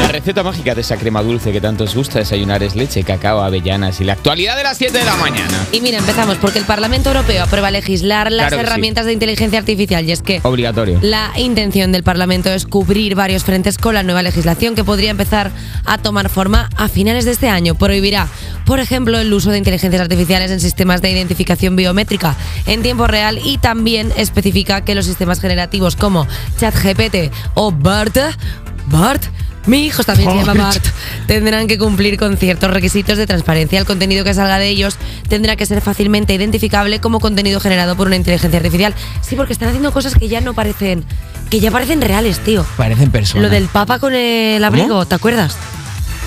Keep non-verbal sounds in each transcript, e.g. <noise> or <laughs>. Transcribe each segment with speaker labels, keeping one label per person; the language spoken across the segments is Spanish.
Speaker 1: La receta mágica de esa crema dulce que tanto os gusta desayunar es leche, cacao, avellanas y la actualidad de las 7 de la mañana.
Speaker 2: Y mira, empezamos porque el Parlamento Europeo aprueba legislar las
Speaker 1: Claro que sí.
Speaker 2: herramientas de inteligencia artificial y es que
Speaker 1: Obligatorio.
Speaker 2: la intención del Parlamento es cubrir varios frentes con la nueva legislación que podría empezar a tomar forma a finales de este año. Prohibirá, por ejemplo, el uso de inteligencias artificiales en sistemas de identificación biométrica en tiempo real y también especifica que los sistemas generativos como ChatGPT o BART, BART, mi hijo también se llama Bart. Tendrán que cumplir con ciertos requisitos de transparencia. El contenido que salga de ellos tendrá que ser fácilmente identificable como contenido generado por una inteligencia artificial. Sí, porque están haciendo cosas que ya no parecen. que ya parecen reales, tío.
Speaker 1: Parecen personas.
Speaker 2: Lo del Papa con el abrigo, ¿te acuerdas?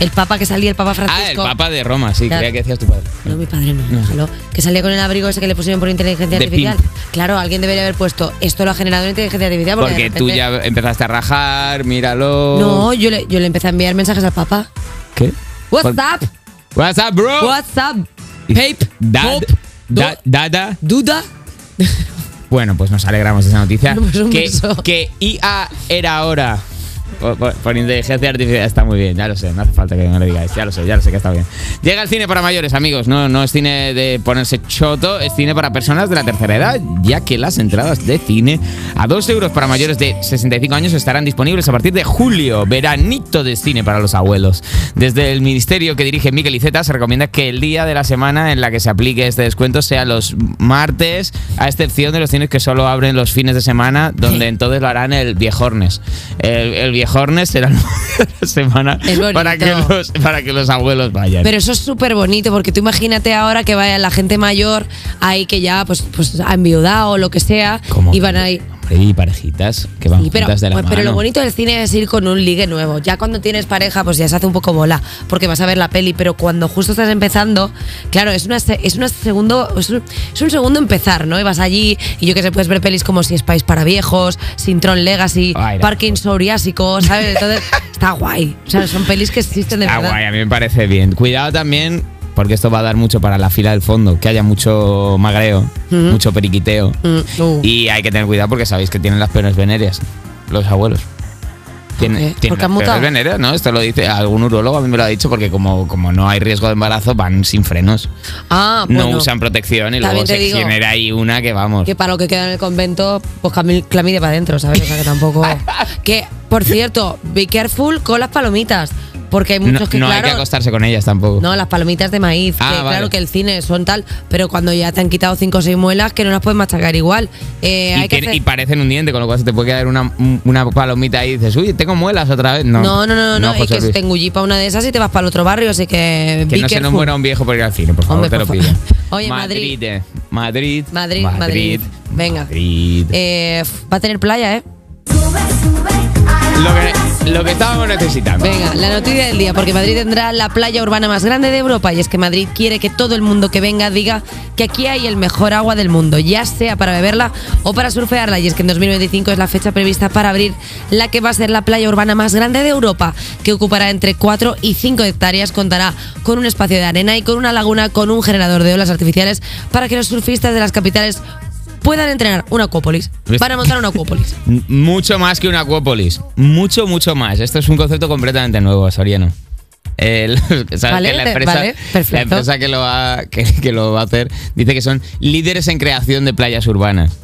Speaker 2: El Papa que salía, el Papa Francisco.
Speaker 1: Ah, el Papa de Roma, sí,
Speaker 2: Claro.
Speaker 1: creía que decías tu padre.
Speaker 2: No, mi padre no,
Speaker 1: No.
Speaker 2: déjalo. Que salía con el abrigo ese que le pusieron por inteligencia
Speaker 1: De
Speaker 2: artificial.
Speaker 1: pimp.
Speaker 2: Claro, alguien debería haber puesto esto lo ha generado una inteligencia artificial porque,
Speaker 1: Porque
Speaker 2: de
Speaker 1: tú
Speaker 2: repente-
Speaker 1: ya empezaste a rajar, míralo.
Speaker 2: No, yo le, yo le empecé a enviar mensajes al Papa.
Speaker 1: ¿Qué?
Speaker 2: What's
Speaker 1: Por-
Speaker 2: up?
Speaker 1: What's up, bro?
Speaker 2: What's up?
Speaker 1: Pape, dad,
Speaker 2: Pop,
Speaker 1: da- dada.
Speaker 2: Duda.
Speaker 1: Bueno, pues nos alegramos de esa noticia.
Speaker 2: No, <laughs> pues un
Speaker 1: que,
Speaker 2: beso.
Speaker 1: que IA era ahora. Por, por- por inteligencia artificial está muy bien, ya lo sé, no hace falta que me lo digáis, ya lo sé, ya lo sé que está bien. Llega el cine para mayores, amigos, no, no es cine de ponerse choto, es cine para personas de la tercera edad, ya que las entradas de cine a 2 euros para mayores de 65 años estarán disponibles a partir de julio, veranito de cine para los abuelos. Desde el ministerio que dirige Miguel Iceta se recomienda que el día de la semana en la que se aplique este descuento sea los martes, a excepción de los cines que solo abren los fines de semana, donde entonces lo harán el viejornes. El, el viejornes será el <laughs> de la semana
Speaker 2: Es bonito.
Speaker 1: para que, los, para que los abuelos vayan.
Speaker 2: Pero eso es súper bonito, porque tú imagínate ahora que vaya la gente mayor ahí que ya pues, pues ha enviudado o lo que sea
Speaker 1: ¿Cómo
Speaker 2: y van
Speaker 1: que-
Speaker 2: ahí.
Speaker 1: Hombre, y parejitas que van
Speaker 2: Sí, pero,
Speaker 1: juntas de la
Speaker 2: pues, pero
Speaker 1: mano.
Speaker 2: lo bonito del cine es ir con un ligue nuevo. Ya cuando tienes pareja, pues ya se hace un poco bola, porque vas a ver la peli, pero cuando justo estás empezando, claro, es, una, se- es, una segundo, es, un, es un segundo empezar, ¿no? Y vas allí y yo que sé, puedes ver pelis como Si Spice para viejos, Sintron Legacy,
Speaker 1: Ay, la
Speaker 2: Parking Psoriásico, ¿sabes? Entonces, <laughs> está guay. O sea, son pelis que existen de
Speaker 1: Ah,
Speaker 2: verdad.
Speaker 1: guay, a mí me parece bien. Cuidado también, porque esto va a dar mucho para la fila del fondo, que haya mucho magreo, mucho periquiteo.
Speaker 2: Mm, uh.
Speaker 1: Y hay que tener cuidado porque sabéis que tienen las penas venéreas, los abuelos. Tienen,
Speaker 2: qué?
Speaker 1: tienen
Speaker 2: ¿Porque
Speaker 1: las
Speaker 2: han mutado?
Speaker 1: penas venéreas, ¿no? Esto lo dice algún urólogo, a mí me lo ha dicho, porque como, como no hay riesgo de embarazo, van sin frenos.
Speaker 2: Ah, bueno.
Speaker 1: no usan protección y luego
Speaker 2: También te
Speaker 1: se
Speaker 2: digo-
Speaker 1: genera ahí una que vamos.
Speaker 2: Que para lo que queda en el convento, pues camil- clamidia para adentro, ¿sabes? O sea
Speaker 1: <laughs>
Speaker 2: que tampoco. que, por cierto, be careful con las palomitas. Porque hay
Speaker 1: No,
Speaker 2: muchos que,
Speaker 1: no hay
Speaker 2: claro.
Speaker 1: que acostarse con ellas tampoco.
Speaker 2: no, las palomitas de maíz.
Speaker 1: Ah,
Speaker 2: que
Speaker 1: vale.
Speaker 2: claro que el cine son tal, pero cuando ya te han quitado cinco o seis muelas, que no las puedes machacar igual. Eh,
Speaker 1: y,
Speaker 2: hay que
Speaker 1: tiene-
Speaker 2: hacer-
Speaker 1: y parecen un diente, con lo cual se te puede quedar una, una palomita ahí y dices, uy, tengo muelas otra vez. No,
Speaker 2: no, no, no, no, y
Speaker 1: José
Speaker 2: que se
Speaker 1: Luis.
Speaker 2: te engullipa una de esas y te vas para el otro barrio, así que.
Speaker 1: Que
Speaker 2: be
Speaker 1: no se nos
Speaker 2: careful.
Speaker 1: muera un viejo por ir al cine, por favor,
Speaker 2: Hombre,
Speaker 1: te lo
Speaker 2: por
Speaker 1: pido.
Speaker 2: favor. <laughs> Oye, Madrid.
Speaker 1: eh. Madrid.
Speaker 2: Madrid, Madrid. Venga.
Speaker 1: Madrid.
Speaker 2: Eh, va a tener playa, ¿eh?
Speaker 1: Lo que, lo que estábamos necesitando.
Speaker 2: Venga, la noticia del día, porque Madrid tendrá la playa urbana más grande de Europa y es que Madrid quiere que todo el mundo que venga diga que aquí hay el mejor agua del mundo, ya sea para beberla o para surfearla. Y es que en 2025 es la fecha prevista para abrir la que va a ser la playa urbana más grande de Europa, que ocupará entre 4 y 5 hectáreas, contará con un espacio de arena y con una laguna con un generador de olas artificiales para que los surfistas de las capitales puedan entrenar una acuópolis. Van a montar una acuópolis.
Speaker 1: M- Mucho más que una acuópolis. Mucho, mucho más. Esto es un concepto completamente nuevo, Soriano. El- <laughs> ¿sabes
Speaker 2: Vale,
Speaker 1: que la
Speaker 2: te-
Speaker 1: empresa,
Speaker 2: vale, perfecto.
Speaker 1: la empresa que lo, va, que, que lo va a hacer dice que son líderes en creación de playas urbanas. <laughs>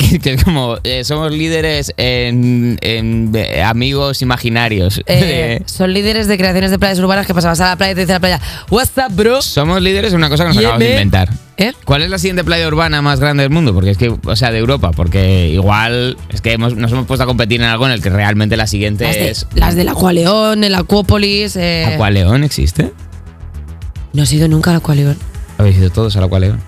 Speaker 1: Que, que es como, eh, somos líderes en, en, eh, amigos imaginarios. <laughs>
Speaker 2: Eh, son líderes de creaciones de playas urbanas que pasabas a la playa y te dice la playa, what's up, bro?
Speaker 1: Somos líderes en una cosa que nos
Speaker 2: Yeah,
Speaker 1: acabamos de
Speaker 2: man.
Speaker 1: inventar.
Speaker 2: ¿Eh?
Speaker 1: ¿Cuál es la siguiente playa urbana más grande del mundo? Porque es que, o sea, de Europa, porque igual es que hemos- nos hemos puesto a competir en algo en el que realmente la siguiente
Speaker 2: Las de,
Speaker 1: es.
Speaker 2: las del Acualeón, el Acuópolis. eh.
Speaker 1: ¿Acualeón existe?
Speaker 2: No has ido nunca al Acualeón.
Speaker 1: ¿Habéis ido todos al Acualeón?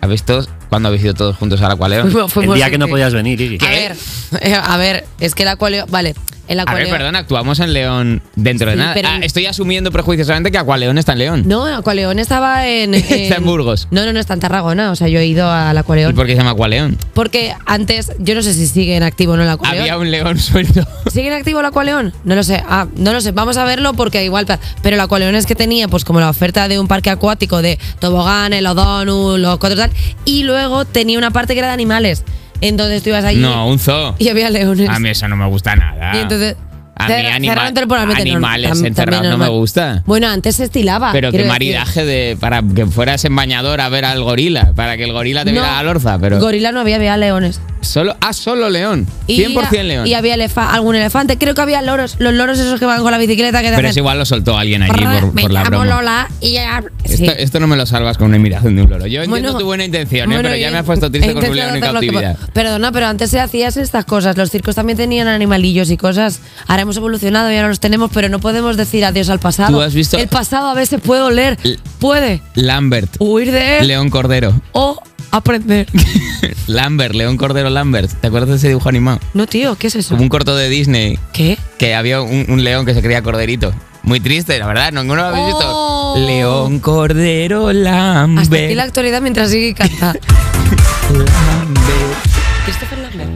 Speaker 1: ¿Habéis todos? ¿Cuándo habéis ido
Speaker 2: <laughs>
Speaker 1: todos juntos al Acualeón?
Speaker 2: Fuimos-
Speaker 3: El
Speaker 2: fuimos-
Speaker 3: día que no podías venir, Iggy.
Speaker 2: A ver, eh, a ver, es que el Acualeón. Vale, El
Speaker 1: A ver,
Speaker 2: acualeón.
Speaker 1: perdón, actuamos en León dentro de
Speaker 2: Sí,
Speaker 1: nada.
Speaker 2: pero-
Speaker 1: Ah, estoy asumiendo prejuiciosamente que Acualeón está en León.
Speaker 2: No, el acualeón estaba
Speaker 1: <laughs>
Speaker 2: en,
Speaker 1: Está en Burgos.
Speaker 2: No, no, no, está en Tarragona. O sea, yo he ido al
Speaker 1: ¿Y
Speaker 2: acualeón.
Speaker 1: por qué se llama Acualeón?
Speaker 2: Porque antes, yo no sé si sigue en activo o no el acualeón.
Speaker 1: Había un león suelto.
Speaker 2: ¿Sigue en activo el Acualeón? No lo sé. Ah, no lo sé. Vamos a verlo porque igual. Pero el Acualeón es que tenía, pues, como la oferta de un parque acuático de toboganes, los donuts, los cuatro tal. Y luego tenía una parte que era de animales. Entonces tú ibas allí.
Speaker 1: No, un zoo.
Speaker 2: Y había leones.
Speaker 1: A mí eso no me gusta nada.
Speaker 2: Y entonces.
Speaker 1: A mí
Speaker 2: cer-
Speaker 1: anima-
Speaker 2: cerraron temporalmente, no,
Speaker 1: animales
Speaker 2: tam-
Speaker 1: encerrados
Speaker 2: también
Speaker 1: no me
Speaker 2: normal.
Speaker 1: gusta.
Speaker 2: Bueno, antes se estilaba.
Speaker 1: Pero qué
Speaker 2: quiero decir.
Speaker 1: maridaje de para que fueras en bañador a ver al gorila, para que el gorila te
Speaker 2: No,
Speaker 1: viera a la orza, pero
Speaker 2: Gorila no había, había leones.
Speaker 1: solo ah solo león,
Speaker 2: Y-
Speaker 1: 100% león.
Speaker 2: Y había elefa- algún elefante. Creo que había loros. Los loros esos que van con la bicicleta que te
Speaker 1: pero es
Speaker 2: hacen-
Speaker 1: igual lo soltó alguien allí por,
Speaker 2: Me
Speaker 1: por la
Speaker 2: llamo
Speaker 1: broma.
Speaker 2: Lola y ya-
Speaker 1: Esto,
Speaker 2: Sí.
Speaker 1: esto no me lo salvas con una imitación de un loro. Yo entiendo
Speaker 2: Bueno,
Speaker 1: tu buena intención, ¿eh?
Speaker 2: bueno,
Speaker 1: pero ya
Speaker 2: y-
Speaker 1: me has puesto triste
Speaker 2: he
Speaker 1: con un
Speaker 2: intentado
Speaker 1: león en
Speaker 2: hacer lo que
Speaker 1: cautividad.
Speaker 2: puedo. Perdona, pero antes se hacías estas cosas. Los circos también tenían animalillos y cosas. Ahora hemos evolucionado y ahora los tenemos, pero no podemos decir adiós al pasado.
Speaker 1: ¿Tú has visto-
Speaker 2: El pasado a veces puede oler.
Speaker 1: L-
Speaker 2: Puede
Speaker 1: Lambert,
Speaker 2: huir de él
Speaker 1: León Cordero. <laughs>
Speaker 2: o aprender.
Speaker 1: Lambert, León Cordero Lambert. ¿Te acuerdas de ese dibujo animado?
Speaker 2: No, tío, ¿qué es eso?
Speaker 1: Como un corto de Disney
Speaker 2: ¿Qué?
Speaker 1: que había un, un león que se creía corderito. Muy triste, la verdad, ninguno lo habéis
Speaker 2: Oh.
Speaker 1: visto. León Cordero Lambert. <laughs>
Speaker 2: Hasta aquí la actualidad mientras sigue canta.
Speaker 1: Lambert.
Speaker 2: Christopher Lambert.